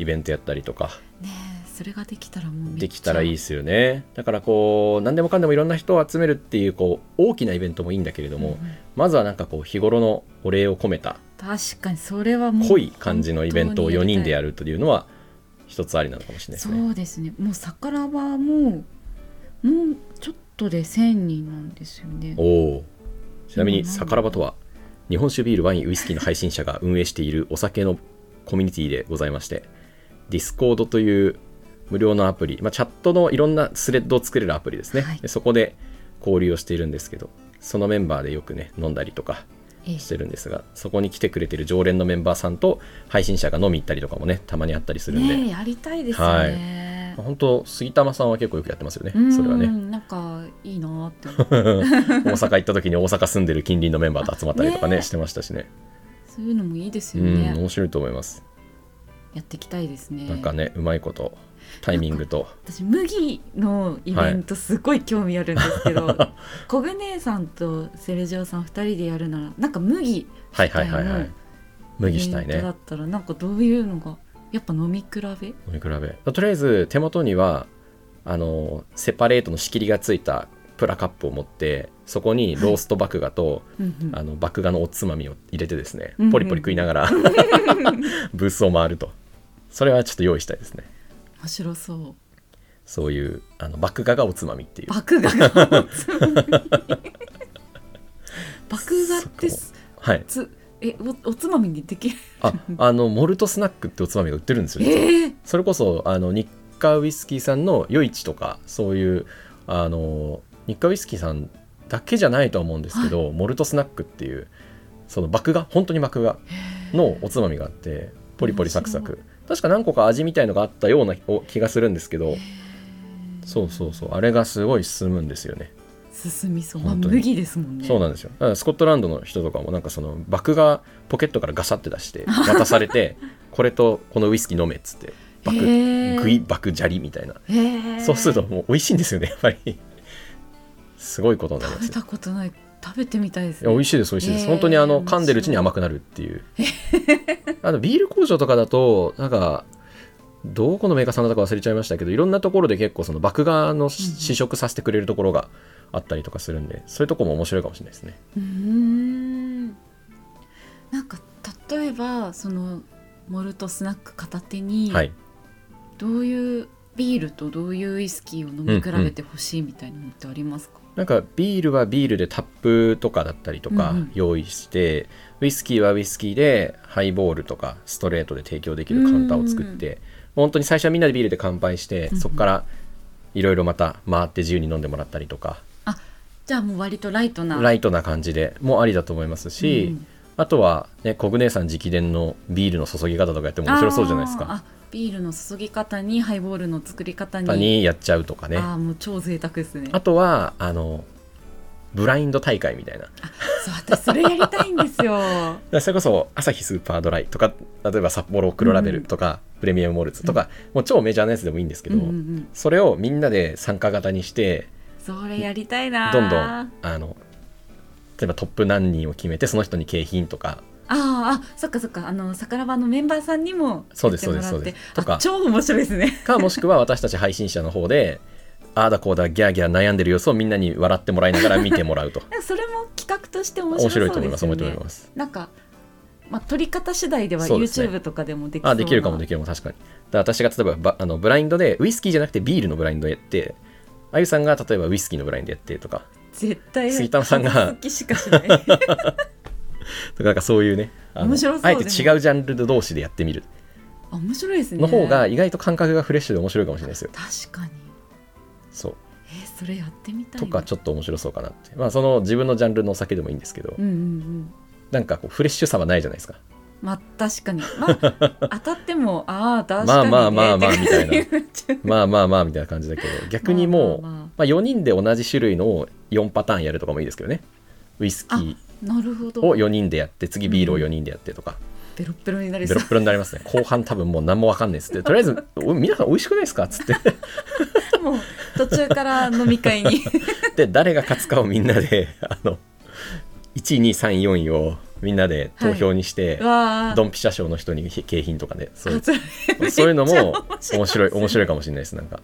Speaker 2: イベントやったりとか、
Speaker 1: ねえそれができたらもうめっちゃ
Speaker 2: できたらいいですよねだからこう何でもかんでもいろんな人を集めるっていうこう大きなイベントもいいんだけれども、
Speaker 1: うんうん
Speaker 2: まずはなんかこう日頃のお礼を込めた
Speaker 1: 確かにそれはもう
Speaker 2: 濃い感じのイベントを4人でや
Speaker 1: る
Speaker 2: るというのは一つありなのかもしれないですね。
Speaker 1: そうですねもう桜はもうもうちょっとで1000人なんですよね
Speaker 2: おおちなみに「さからば」とは日本酒ビールワインウイスキーの配信者が運営しているお酒のコミュニティでございましてディスコードという無料のアプリ、まあ、チャットのいろんなスレッドを作れるアプリですね、
Speaker 1: はい
Speaker 2: でそこで交流をしているんですけどそのメンバーでよくね飲んだりとか
Speaker 1: ええ
Speaker 2: してるんですがそこに来てくれてる常連のメンバーさんと配信者が飲み行ったりとかもねたまにあったりするんで、
Speaker 1: ねえやりたいですよね、
Speaker 2: 本当杉玉さんは結構よくやってますよね
Speaker 1: うん
Speaker 2: それはね
Speaker 1: なんかいいなって思う
Speaker 2: 大阪行った時に大阪住んでる近隣のメンバーと集まったりとかね
Speaker 1: ね
Speaker 2: してましたしね
Speaker 1: そういうのもいいです
Speaker 2: う
Speaker 1: よ
Speaker 2: ん
Speaker 1: ね、
Speaker 2: 面白いと思います
Speaker 1: やっていきたいですね
Speaker 2: なんかねうまいことタイミングと
Speaker 1: 私麦のイベントすごい興味あるんですけど、 小グネさんとセルジオさん2人でやるならなんか麦
Speaker 2: はいはいはいは
Speaker 1: う
Speaker 2: い
Speaker 1: ん
Speaker 2: 麦したい
Speaker 1: イベント
Speaker 2: ね
Speaker 1: だったらなんかどういうのがやっぱ飲み比べ
Speaker 2: 飲み比べとりあえず手元にはあのセパレートの仕切りがついたプラカップを持ってそこにロースト麦芽と、
Speaker 1: うんうん
Speaker 2: あの麦芽のおつまみを入れてですね
Speaker 1: うんうん
Speaker 2: ポリポリ食いながらブースを回るとそれはちょっと用意したいですね
Speaker 1: 面白そう
Speaker 2: そういうあの麦芽がおつまみっていう
Speaker 1: 爆芽がおつま み爆芽ってす
Speaker 2: はい
Speaker 1: つえおおつまみにできる
Speaker 2: ああのモルトスナックっておつまみが売ってる んですよ、実は
Speaker 1: ええ
Speaker 2: それこそあの日課ウイスキーさんの夜市とかそういうあの日課ウイスキーさんだけじゃないとは思うんですけど、モルトスナックっていうその麦芽本当に麦芽のおつまみがあってポリポリサクサク確か何個か味みたいのがあったようなお気がするんですけどそうそうそうあれがすごい進むんですよね
Speaker 1: 進みそう、まあ、
Speaker 2: 本当に
Speaker 1: 麦ですもんね
Speaker 2: そうなんですよだからスコットランドの人とかもなんかその麦がポケットからガシャって出して渡され てこれとこのウイスキー飲めっつってバ
Speaker 1: へー
Speaker 2: グイバク砂利みたいな
Speaker 1: へえ
Speaker 2: そうするともう美味しいんですよねやっぱりすごいことになりま
Speaker 1: 食
Speaker 2: す
Speaker 1: べ
Speaker 2: よ
Speaker 1: たことない食べてみたいです
Speaker 2: いや
Speaker 1: ね
Speaker 2: 美味しいです美味しいです、
Speaker 1: へー
Speaker 2: 本当にあの噛んでるうちに甘くなるっ ていうあのビール工場とかだとなんかどこのメーカーさんだったか忘れちゃいましたけどいろんなところで結構その麦芽の
Speaker 1: うんうん
Speaker 2: 試食させてくれるところがあったりとかするんでそういうとこも面白いかもしれないですね
Speaker 1: うーんなんか例えばそのモルトスナック片手に、
Speaker 2: はい
Speaker 1: どういうビールとどういうウイスキーを飲み比べてほしいみたいなのってありますか、
Speaker 2: なんかビールはビールでタップとかだったりとか
Speaker 1: うんうん
Speaker 2: 用意して、ウイスキーはウイスキーでハイボールとかストレートで提供できるカウンターを作って、本当に最初はみんなでビールで乾杯して、
Speaker 1: うんうん
Speaker 2: そこからいろいろまた回って自由に飲んでもらったりとか、
Speaker 1: じゃあもう割とライトな
Speaker 2: ライトな感じでもありだと思いますし、
Speaker 1: うん
Speaker 2: あとは、ね、コグネさん直伝のビールの注ぎ方とかやっても面白そうじゃないです
Speaker 1: あー
Speaker 2: か。
Speaker 1: あビールの注ぎ方にハイボールの作り方に
Speaker 2: 他にやっちゃうとかね
Speaker 1: ああもう超贅沢ですね
Speaker 2: あとはあのブラインド大会みたいな
Speaker 1: そう私それやりたいんですよ
Speaker 2: だからそれこそ朝日スーパードライとか例えば札幌黒ラベルとか、プレミアムモルツとか、もう超メジャーなやつでもいいん ですけ
Speaker 1: う
Speaker 2: ど、
Speaker 1: んうんうん
Speaker 2: それをみんなで参加型にして
Speaker 1: それやりたいなー
Speaker 2: どんどんあの例えばトップ何人を決めてその人に景品とか
Speaker 1: あーあそっかそっかあの桜庭のメンバーさんにも
Speaker 2: そうです
Speaker 1: やってもら
Speaker 2: そう
Speaker 1: っ
Speaker 2: です
Speaker 1: て
Speaker 2: そうですと
Speaker 1: あ
Speaker 2: か
Speaker 1: 超面白いですね
Speaker 2: かもしくは私たち配信者の方でああだこうだギャーギャー悩んでる様子をみんなに笑ってもらいながら見てもらうと
Speaker 1: なんかそれも企画として 面
Speaker 2: 面
Speaker 1: 白そう
Speaker 2: 白
Speaker 1: ですよね
Speaker 2: いと思います面白いと思います
Speaker 1: なんか、まあ、撮り方次第では
Speaker 2: そうですね
Speaker 1: YouTube とかでもできそうな
Speaker 2: あできるかもできるかも確かにだから私が例えばばあのブラインドでウイスキーじゃなくてビールのブラインドやってあゆさんが例えばウイスキーのブラインドやってとか
Speaker 1: 絶対
Speaker 2: 杉田さんが
Speaker 1: 好きしかし ない
Speaker 2: とかなんかそういうねあの
Speaker 1: 面白そう
Speaker 2: あえて違う
Speaker 1: で
Speaker 2: ジ
Speaker 1: も
Speaker 2: ャンル同士でやってみる
Speaker 1: あ面白いですね
Speaker 2: の方が意外と感覚がフレッシュで面白いかもしれないですよ
Speaker 1: 確かに
Speaker 2: そう
Speaker 1: えーそれやってみたい
Speaker 2: とか
Speaker 1: ょ
Speaker 2: ちょっと面白そうかなってまあその自分のジャンルのお酒でもいいんですけど
Speaker 1: うんうんうん
Speaker 2: なんかこうフレッシュさはないじゃないですか
Speaker 1: まあ確かにま あ当たってもああ確
Speaker 2: ま
Speaker 1: か
Speaker 2: あ
Speaker 1: にね
Speaker 2: まあまあまあみたいな
Speaker 1: って感じにっちゃう
Speaker 2: まあまあまあみたいな感じ だけど逆にもう
Speaker 1: まあまあまあ
Speaker 2: まあ4人で同じ種類のを4パターンやるとかもいいですけどねウイスキー
Speaker 1: なるほど
Speaker 2: を4人でやって次ビールを4人でやってとか
Speaker 1: ベロッベロになり
Speaker 2: ベ
Speaker 1: そう
Speaker 2: ロッベロになりますね後半多分もう何もわかんないっつってとりあえ ずお皆さん美味しくないですかっつって
Speaker 1: もう途中から飲み会に
Speaker 2: で誰が勝つかをみんなで あの12344位をみんなで投票にして、
Speaker 1: わあ
Speaker 2: ドンピシャ賞の人に景品とかでそう
Speaker 1: あそれめっち
Speaker 2: そ
Speaker 1: ゃ
Speaker 2: ういうのも面
Speaker 1: 面
Speaker 2: 白
Speaker 1: 白
Speaker 2: い
Speaker 1: い
Speaker 2: 面白いかもしれないですなんか、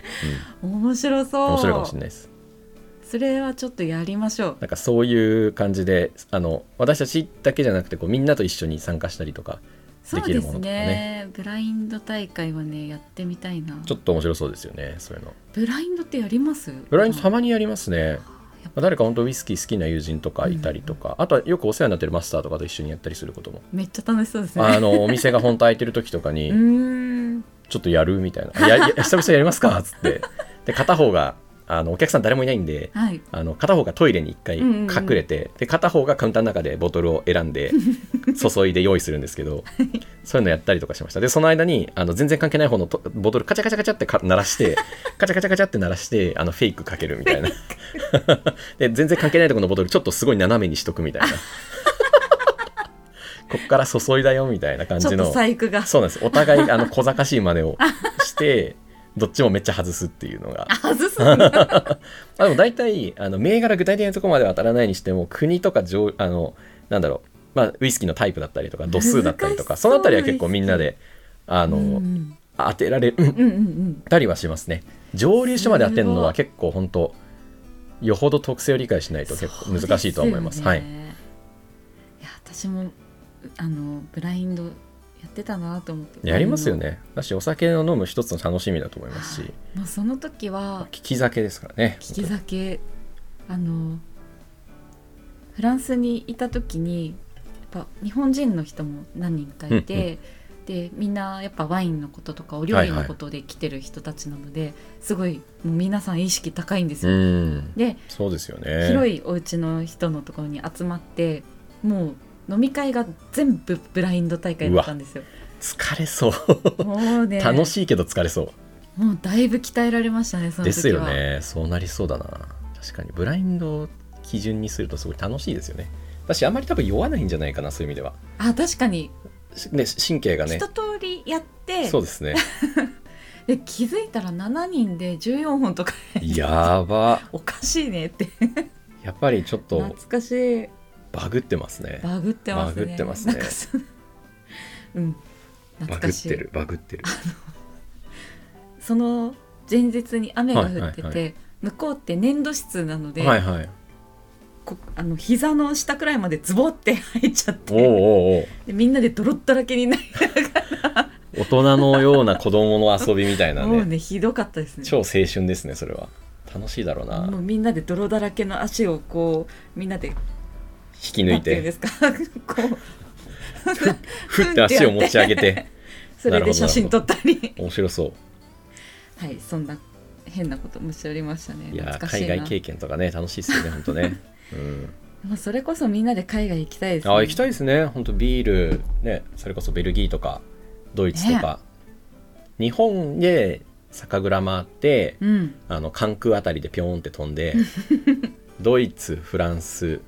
Speaker 1: 面白
Speaker 2: う
Speaker 1: そう
Speaker 2: ん、面白いかもしれないです
Speaker 1: それはちょっとやりましょう
Speaker 2: なんかそういう感じであの私たちだけじゃなくてこうみんなと一緒に参加したりとか
Speaker 1: そ
Speaker 2: で
Speaker 1: う
Speaker 2: き
Speaker 1: で
Speaker 2: るもの
Speaker 1: す
Speaker 2: とか
Speaker 1: ねブラインド大会はねやってみたいな
Speaker 2: ちょっと面白そうですよねそういうの
Speaker 1: ブラインドってやります
Speaker 2: ブラインドた
Speaker 1: ま
Speaker 2: まにやりますね誰か本当ウイスキー好きな友人とかいたりとか、あとはよくお世話になってるマスターとかと一緒にやったりすることも
Speaker 1: めっちゃ楽しそうですね
Speaker 2: あのお店が本当空いてる時とか
Speaker 1: う
Speaker 2: に、
Speaker 1: ーん
Speaker 2: ちょっとやるみたいな「やや 久々やりますか」っつってで片方があのお客さん誰もいないんで
Speaker 1: はい
Speaker 2: あの片方がトイレに一回
Speaker 1: うんうんうん
Speaker 2: 隠れて、で片方がカウンターの中でボトルを選 んで注いで用意するんですけどそういうのやったりとかしましたでその間にあの全然関係ない方のとボトルカチャカチャカチャってか鳴らしてカチャカチャカチャって鳴らしてあのフェイクかけるみたいなで全然関係ないところのボトルちょっとすごい斜めにしとくみたいな こっから注いだよみたいな感
Speaker 1: ちょ
Speaker 2: じ
Speaker 1: っ
Speaker 2: の
Speaker 1: と細工が
Speaker 2: そうなんですお互いあの小賢しい真似をしてどっちもめっちゃ外すっていうの が
Speaker 1: あ外すんだ
Speaker 2: あでも大体あの銘柄具体的なところまでは当たらないにしても国とか上あのなんだろう、まあ、ウイスキーのタイプだったり とか度数だったりとか
Speaker 1: 難し
Speaker 2: そ
Speaker 1: そう
Speaker 2: のあたりは結構みんなで あの、
Speaker 1: うんうん
Speaker 2: 当てられうん
Speaker 1: うんうん
Speaker 2: たりはしますね上流所まで当てるのは
Speaker 1: す
Speaker 2: 結構本当よほど特性を理解しないと結構難しいとは思います
Speaker 1: そう
Speaker 2: は
Speaker 1: でよ
Speaker 2: い
Speaker 1: ねいや私もあのブラインドやってたなと思って
Speaker 2: やりますよねだしお酒を飲む一つの楽しみだと思いますし
Speaker 1: もうその時は
Speaker 2: 聞き酒ですからね
Speaker 1: 利き酒あのフランスにいた時にやっぱ日本人の人も何人かいて、でみんなやっぱワインのこととかお料理のことで来てる人たちなので、すごいもう皆さん意識高いんです
Speaker 2: う
Speaker 1: よ。
Speaker 2: ん
Speaker 1: で
Speaker 2: そうですよね
Speaker 1: 広いお家の人のところに集まってもう飲み会が全部ブラインド大会だったんですよ。
Speaker 2: 疲れそう
Speaker 1: もうね
Speaker 2: 楽しいけど疲れそ
Speaker 1: もうだいぶ鍛えられましたねそうの時
Speaker 2: で
Speaker 1: は。
Speaker 2: すよねそうなりそうだな確かにブラインドを基準にするとすごい楽しいですよね私あんまり多分酔わないんじゃないかなそういう意味では、
Speaker 1: あ確かに
Speaker 2: しね、神経がね
Speaker 1: 一通りやって、
Speaker 2: そうで すね
Speaker 1: で気づいたら7人で14本とか
Speaker 2: やば
Speaker 1: おかしいねって
Speaker 2: やっぱりちょっと
Speaker 1: 懐かしい
Speaker 2: バグってますね
Speaker 1: バグってますね
Speaker 2: バグってますね
Speaker 1: なんかそのうん
Speaker 2: バ
Speaker 1: 懐
Speaker 2: グ
Speaker 1: か
Speaker 2: っ
Speaker 1: してい
Speaker 2: るバグってる
Speaker 1: その前日に雨が降ってて、
Speaker 2: はいはいは
Speaker 1: 向こうって粘土質なので、
Speaker 2: はいはい
Speaker 1: こあの膝の下くらいまでズボって入っちゃっ
Speaker 2: おうお
Speaker 1: て
Speaker 2: うおう
Speaker 1: でみんなで泥だらけになり
Speaker 2: 大人のような子供の遊びみたいな
Speaker 1: もう
Speaker 2: ね
Speaker 1: ねひどかったですね
Speaker 2: 超青春ですねそれは楽しいだろうな
Speaker 1: もう
Speaker 2: 引
Speaker 1: みんなで泥だらけの足をこうみんなで
Speaker 2: き抜
Speaker 1: ないんていうんで
Speaker 2: て
Speaker 1: すか こう
Speaker 2: ふって足を持ち上げて
Speaker 1: それで写真撮ったり
Speaker 2: 面白そう
Speaker 1: はい、そんな変なこともしておりましたね。
Speaker 2: いや
Speaker 1: 懐か
Speaker 2: ー
Speaker 1: し
Speaker 2: 海
Speaker 1: いな
Speaker 2: 外経験とかね楽しいですよね本 当ね、うん、
Speaker 1: まあそれこそみんなで海外行きたいです、
Speaker 2: あー行きたいですね本当ビールねそれこそベルギーとかドイツとか、日本で酒蔵回って
Speaker 1: うん。
Speaker 2: あの関空あたりでピョーンって飛 んでドイツフランス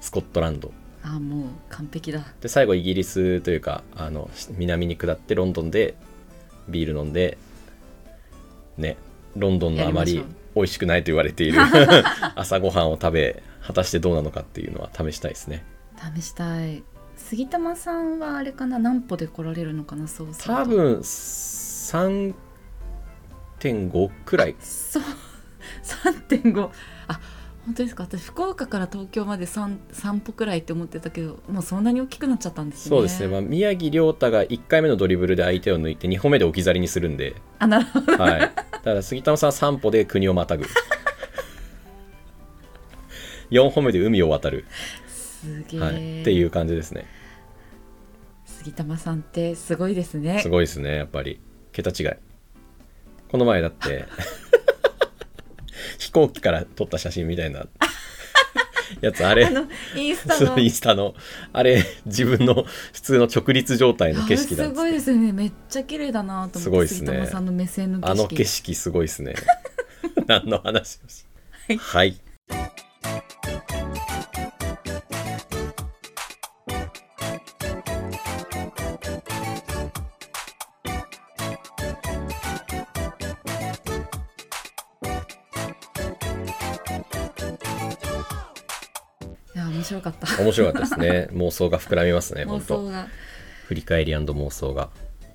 Speaker 2: スコットランド
Speaker 1: あーもう完璧だ。
Speaker 2: で最後イギリスというかあのし南に下ってロンドンでビール飲んでねロンドンのあま
Speaker 1: や
Speaker 2: り
Speaker 1: りまし
Speaker 2: 美味しくないと言われ ている朝ごはんを食べ果たしてどうなのかっていうのは試したいですね
Speaker 1: 試したい。杉玉さんはあれかな何歩で来られるのかなそうすると
Speaker 2: 多分3.5くらい
Speaker 1: そう3.5あ本当ですか私福岡から東京まで 3, 3歩くらいって思ってたけどもうそんなに大きくなっちゃったんですね
Speaker 2: そうですね、まあ、宮城亮太が1回目のドリブルで相手を抜いて2歩目で置き去りにするんで、
Speaker 1: あなるほど
Speaker 2: はい、 だから杉玉さん3歩で国をま たぐ4歩目で海を渡る、
Speaker 1: すげえ、
Speaker 2: はい、っていう感じですね
Speaker 1: 杉玉さんってすごいですね
Speaker 2: すごいですねやっぱり桁違いこの前だって 飛行機から撮った写真みたいなやつあれ
Speaker 1: あのインスタ
Speaker 2: そ
Speaker 1: の
Speaker 2: うインスタのあれ自分の普通の直立状態の景色
Speaker 1: あ
Speaker 2: だ
Speaker 1: れ
Speaker 2: っ
Speaker 1: す
Speaker 2: つっ
Speaker 1: ごい
Speaker 2: て
Speaker 1: ですよねめっちゃ綺麗だなと
Speaker 2: す
Speaker 1: 思
Speaker 2: ご
Speaker 1: っ
Speaker 2: い
Speaker 1: て
Speaker 2: っす
Speaker 1: 杉
Speaker 2: ね
Speaker 1: 玉さんの目線の景色
Speaker 2: あの景色すごいですね何の話をし
Speaker 1: はい
Speaker 2: はい
Speaker 1: いや面白かった
Speaker 2: 面白かったですね妄想が膨らみますね
Speaker 1: 妄
Speaker 2: 本
Speaker 1: 想
Speaker 2: 当
Speaker 1: が
Speaker 2: 振り返り妄想が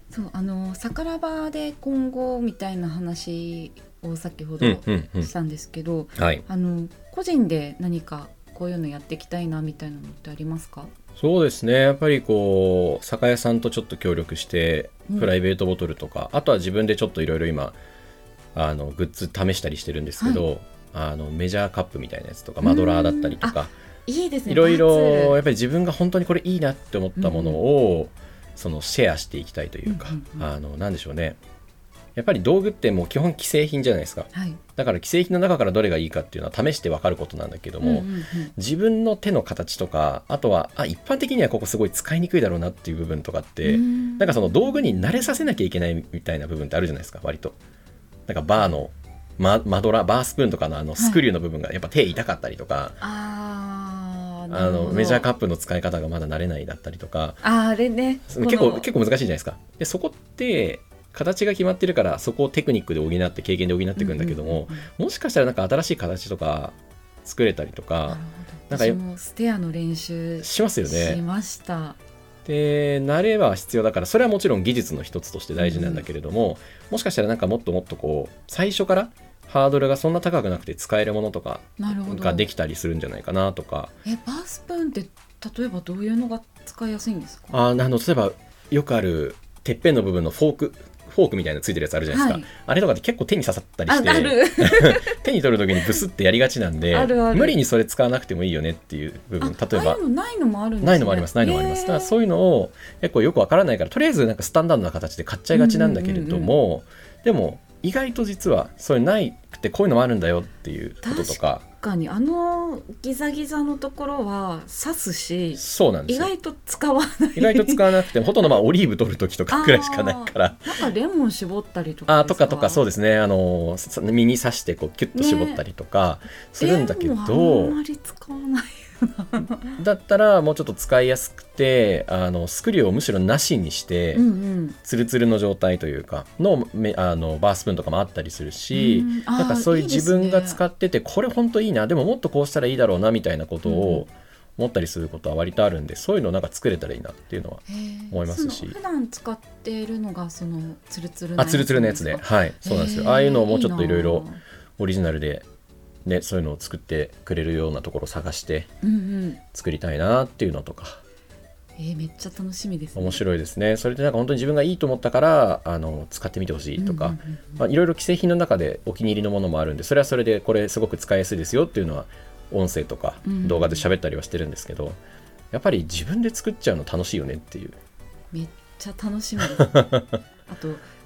Speaker 1: そうあの「さからば」で今後みたいな話を先ほど
Speaker 2: うんうんうん
Speaker 1: したんですけど、
Speaker 2: はい
Speaker 1: あの個人で何かこういうのやっていきたいなみたいなのってありますか
Speaker 2: そうですねやっぱりこう酒屋さんとちょっと協力して
Speaker 1: うん
Speaker 2: プライベートボトルとか、あとは自分でちょっといろいろ今あのグッズ試したりしてるんですけど、あのメジャーカップみたいなやつとかマドラーだったりとか
Speaker 1: いいですね
Speaker 2: いろいろ
Speaker 1: バ
Speaker 2: やっぱり自分が本当にこれいいなって思ったものを、そのシェアしていきたいというか、
Speaker 1: うんうんうん
Speaker 2: あのなんでしょうねやっぱり道具ってもう基本既製品じゃないですか
Speaker 1: ツールはい
Speaker 2: だから既製品の中からどれがいいかっていうのは試して分かることなんだけども、
Speaker 1: うんうんうん
Speaker 2: 自分の手の形とかあとはあ一般的にはここすごい使いにくいだろうなっていう部分とかって、
Speaker 1: うん
Speaker 2: なんかその道具に慣れさせなきゃいけないみたいな部分ってあるじゃないですか割と。なんかバーの、ま、マドラーバースプーンとかのあのスクリューの部分がやっぱ手痛かったりとか、
Speaker 1: あー
Speaker 2: あのメジャーカッ
Speaker 1: プ
Speaker 2: プの使い方がまだ慣れないだったりとか
Speaker 1: あーあれね
Speaker 2: 結構結
Speaker 1: 構
Speaker 2: 構難しいじゃないですかでそこって形が決まってるからそこをテクニックで補って経験で補っていくんだけども、もしかしたらなんか新しい形とか作れたりとか
Speaker 1: な
Speaker 2: なん
Speaker 1: か私
Speaker 2: んか
Speaker 1: もステアの練習し
Speaker 2: しますよね。
Speaker 1: ました
Speaker 2: で慣れは必要だからそれはもちろん技術の一つとして大事なんだけれども、もしかしたらなんかもっともっとこう最初からハードルがそんな高くなくて使えるものとか
Speaker 1: なるほど
Speaker 2: ができたりするんじゃないかなとか
Speaker 1: えバースプーンって例えばどういうのが使いやすいんですか
Speaker 2: あーあの例えばよくあるてっぺんの部分のフォークフォークみたいなのついてるやつあるじゃないですか、
Speaker 1: は
Speaker 2: あれとかって結構手に刺さったり
Speaker 1: あ
Speaker 2: し
Speaker 1: あ
Speaker 2: て
Speaker 1: る
Speaker 2: 手に取る時にブスってやりがちなん で
Speaker 1: あるある
Speaker 2: 無理にそれ使わなくてもいいよねっていう部分
Speaker 1: あ
Speaker 2: 例え
Speaker 1: ああ
Speaker 2: ば
Speaker 1: いうのないのもあるんですね
Speaker 2: ないのもありますないのもありますだからそういうのを結構よくわからないからとりあえずなんかスタンダードな形で買っちゃいがちなんだけれども、でも意外と実はそれないくてこういうのもあるんだよっていうこととか
Speaker 1: 確かにあのギザギザのところは刺すし
Speaker 2: そうなんで
Speaker 1: 意
Speaker 2: すよ
Speaker 1: 外と使わない
Speaker 2: 意外と使わなくてほとんどまあオリーブ取る時とかくらいしかないから
Speaker 1: なんかレモン絞ったりとか
Speaker 2: あーとかとかそう
Speaker 1: で
Speaker 2: ですねあのさ身に刺してこうキュッと絞ったりとか
Speaker 1: す
Speaker 2: するんだけど、
Speaker 1: レモンあんまり使わない
Speaker 2: だったらもうちょっと使いやすくてあのスクリューをむしろなしにして、
Speaker 1: うんうん
Speaker 2: ツルツルの状態というかのめあのバースプーンとかもあったりするし、
Speaker 1: うんあー
Speaker 2: なんかそういう自分が使
Speaker 1: いい
Speaker 2: っててこれほんといいなでももっとこうしたらいいだろうなみたいなこと
Speaker 1: うん
Speaker 2: を思ったりすることは割とあるんでそういうのなんか作れたらいいなっていうのは
Speaker 1: ですねへー
Speaker 2: 思いますし
Speaker 1: その普段使っているのがそのツルツル
Speaker 2: あツルツルのやつではいそうなんですよああいうのをもうちょっといろいろオリジナルで、ね、そういうのを作ってくれるようなところを探して
Speaker 1: うんうん
Speaker 2: 作りたいなっていうのとか
Speaker 1: えーめっちゃ楽しみです、ね、
Speaker 2: 面
Speaker 1: い
Speaker 2: 白いですねそれでなんか本当に自分がいいと思ったからあの使ってみてほしいとか、まあ、いろいろ既製品の中でお気に入りのものもあるんでそれはそれでこれすごく使いやすいですよっていうのは音声とか
Speaker 1: うん
Speaker 2: 動画で喋ったりはしてるんですけど、やっぱり自分で作っちゃうの楽しいよねっていう
Speaker 1: めっちゃ楽しみ ですあと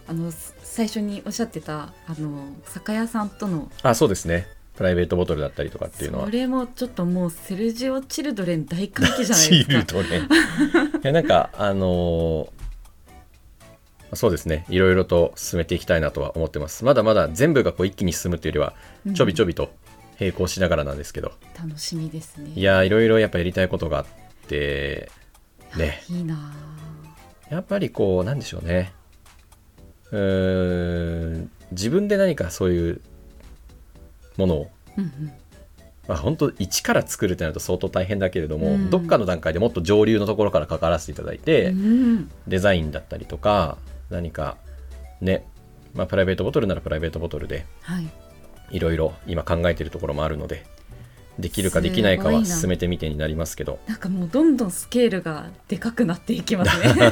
Speaker 1: あのす最初におっしゃってたあの酒屋さんとの
Speaker 2: あそうですねプライベートボトルだったりとかっていうの
Speaker 1: そ
Speaker 2: は
Speaker 1: れもちょっともうセルジオ・チルドレン大歓喜じゃない
Speaker 2: シ
Speaker 1: で す
Speaker 2: ール
Speaker 1: か
Speaker 2: とねいやなんかあのーそうですねいろいろと進めていきたいなとは思ってますまだまだ全部がこう一気に進むというよりはちょびちょびと並行しながらなんですけど、
Speaker 1: うん楽しみですね
Speaker 2: いやーいろいろやっぱやりたいことがあってね
Speaker 1: いいな
Speaker 2: やっぱりこうなんでしょうねうーん自分で何かそういうものを
Speaker 1: あうんうん
Speaker 2: まあ、本当一から作るってなると相当大変だけれども、
Speaker 1: うん
Speaker 2: どっかの段階でもっと上流のところから関わらせていただいて、
Speaker 1: うん
Speaker 2: デザインだったりとか何かね、まあ、プライベートボトルならプライベートボトルで
Speaker 1: はい、
Speaker 2: いろいろ今考えてるところもあるのでできるかできないか
Speaker 1: す
Speaker 2: は
Speaker 1: ごいな
Speaker 2: 進めてみてになりますけど
Speaker 1: なんかもうどんどんスケールがでかくなっていきますね。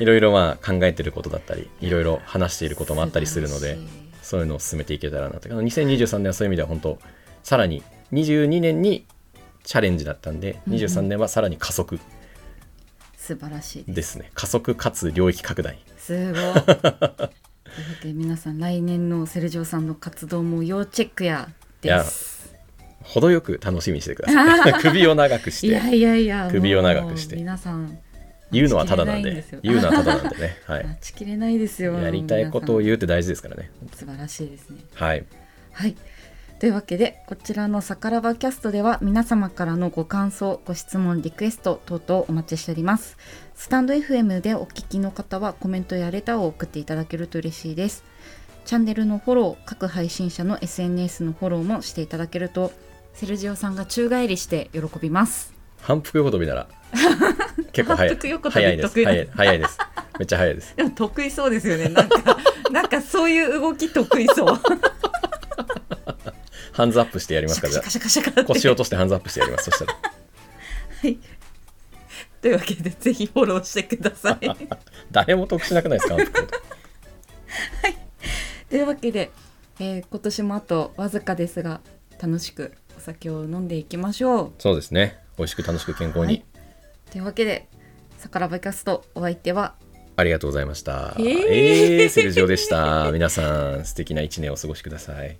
Speaker 2: いろいろまあ考えてることだったりいろいろ話していることもあったりするの
Speaker 1: 素晴
Speaker 2: で
Speaker 1: らしい
Speaker 2: そういうのを進めていけたらなとあの2023年はそういう意味では本当さらに22年にチャレンジだったんで
Speaker 1: うんうん
Speaker 2: 23年はさらに加速
Speaker 1: 素晴らしいで。
Speaker 2: ですすね、加速かつ領域拡大
Speaker 1: すごい。ということで皆さん来年のセルジオさんの活動も要チェックやです。
Speaker 2: 程よく楽しみにしてく ださい首を長くし
Speaker 1: い
Speaker 2: て
Speaker 1: やいやいや
Speaker 2: 首を長くして
Speaker 1: もう皆さん
Speaker 2: 言うのはただなんで言うのはただなん
Speaker 1: で
Speaker 2: でね、は
Speaker 1: すよ。
Speaker 2: い、
Speaker 1: 待ちきれないですよ。
Speaker 2: やりたいことを言うって大事ですからね
Speaker 1: 皆さん素晴らしいですね。
Speaker 2: はい
Speaker 1: はい。というわけでこちらの「さからばキャスト」では皆様からのご感想ご質問リクエスト等々お待ちしておりますスタンド FM でお聞きの方はコメントやレターを送っていただけると嬉しいですチャンネルのフォロー各配信者の SNS のフォローもしていただけるとセルジオさんが宙返りして喜びます
Speaker 2: 反復横跳び なら結構早い
Speaker 1: 反復横跳び
Speaker 2: 早いです
Speaker 1: 得意な
Speaker 2: 早
Speaker 1: ん
Speaker 2: い
Speaker 1: で
Speaker 2: 早いですめっちゃ早いです
Speaker 1: でも 得意そうですよねなんか なんかそういう動き得意そう
Speaker 2: ハンズアップしてやります
Speaker 1: シャ
Speaker 2: か
Speaker 1: カ
Speaker 2: ら
Speaker 1: シャ
Speaker 2: じゃ
Speaker 1: カシャカシャカ
Speaker 2: あ
Speaker 1: って
Speaker 2: 腰落としてハンズアップしてやりますそしたら
Speaker 1: はいというわけでぜひフォローしてくださ い
Speaker 2: 誰も得しなくないですか反復横跳び
Speaker 1: というわけで、えー今年もあとわずかですが楽しくお酒を飲んでいきましょ
Speaker 2: そうですね美味しく楽しく健康に、
Speaker 1: はいうん。というわけで「さからばキャスト」お相手は
Speaker 2: ありがとうございました
Speaker 1: え
Speaker 2: え
Speaker 1: ー
Speaker 2: ー、セルジオでした 皆さん素敵な一年をお過ごしください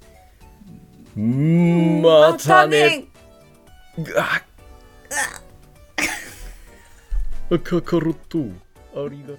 Speaker 2: うーんまたねうわっ カカロットありがとう